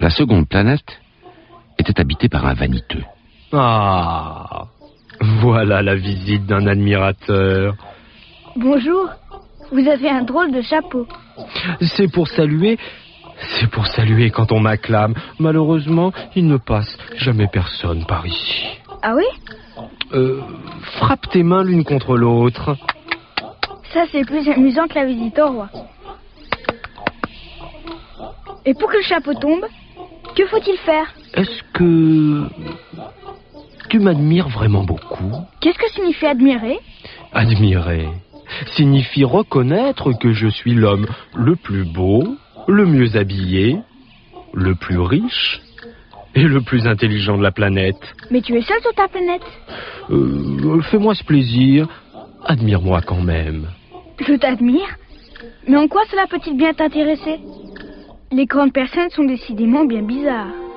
La seconde planète était habitée par un vaniteux. Ah, voilà la visite d'un admirateur. Bonjour, vous avez un drôle de chapeau. C'est pour saluer. C'est pour saluer quand on m'acclame. Malheureusement, il ne passe jamais personne par ici. Ah oui Euh, frappe tes mains l'une contre l'autre. Ça, c'est plus amusant que la visite au roi. Et pour que le chapeau tombe, que faut-il faire Est-ce que tu m'admires vraiment beaucoup Qu'est-ce que signifie admirer Admirer signifie reconnaître que je suis l'homme le plus beau, le mieux habillé, le plus riche et le plus intelligent de la planète. Mais tu es seul sur ta planète. Euh, Fais-moi ce plaisir, admire-moi quand même. Je t'admire. Mais en quoi cela peut-il bien t'intéresser Les grandes personnes sont décidément bien bizarres.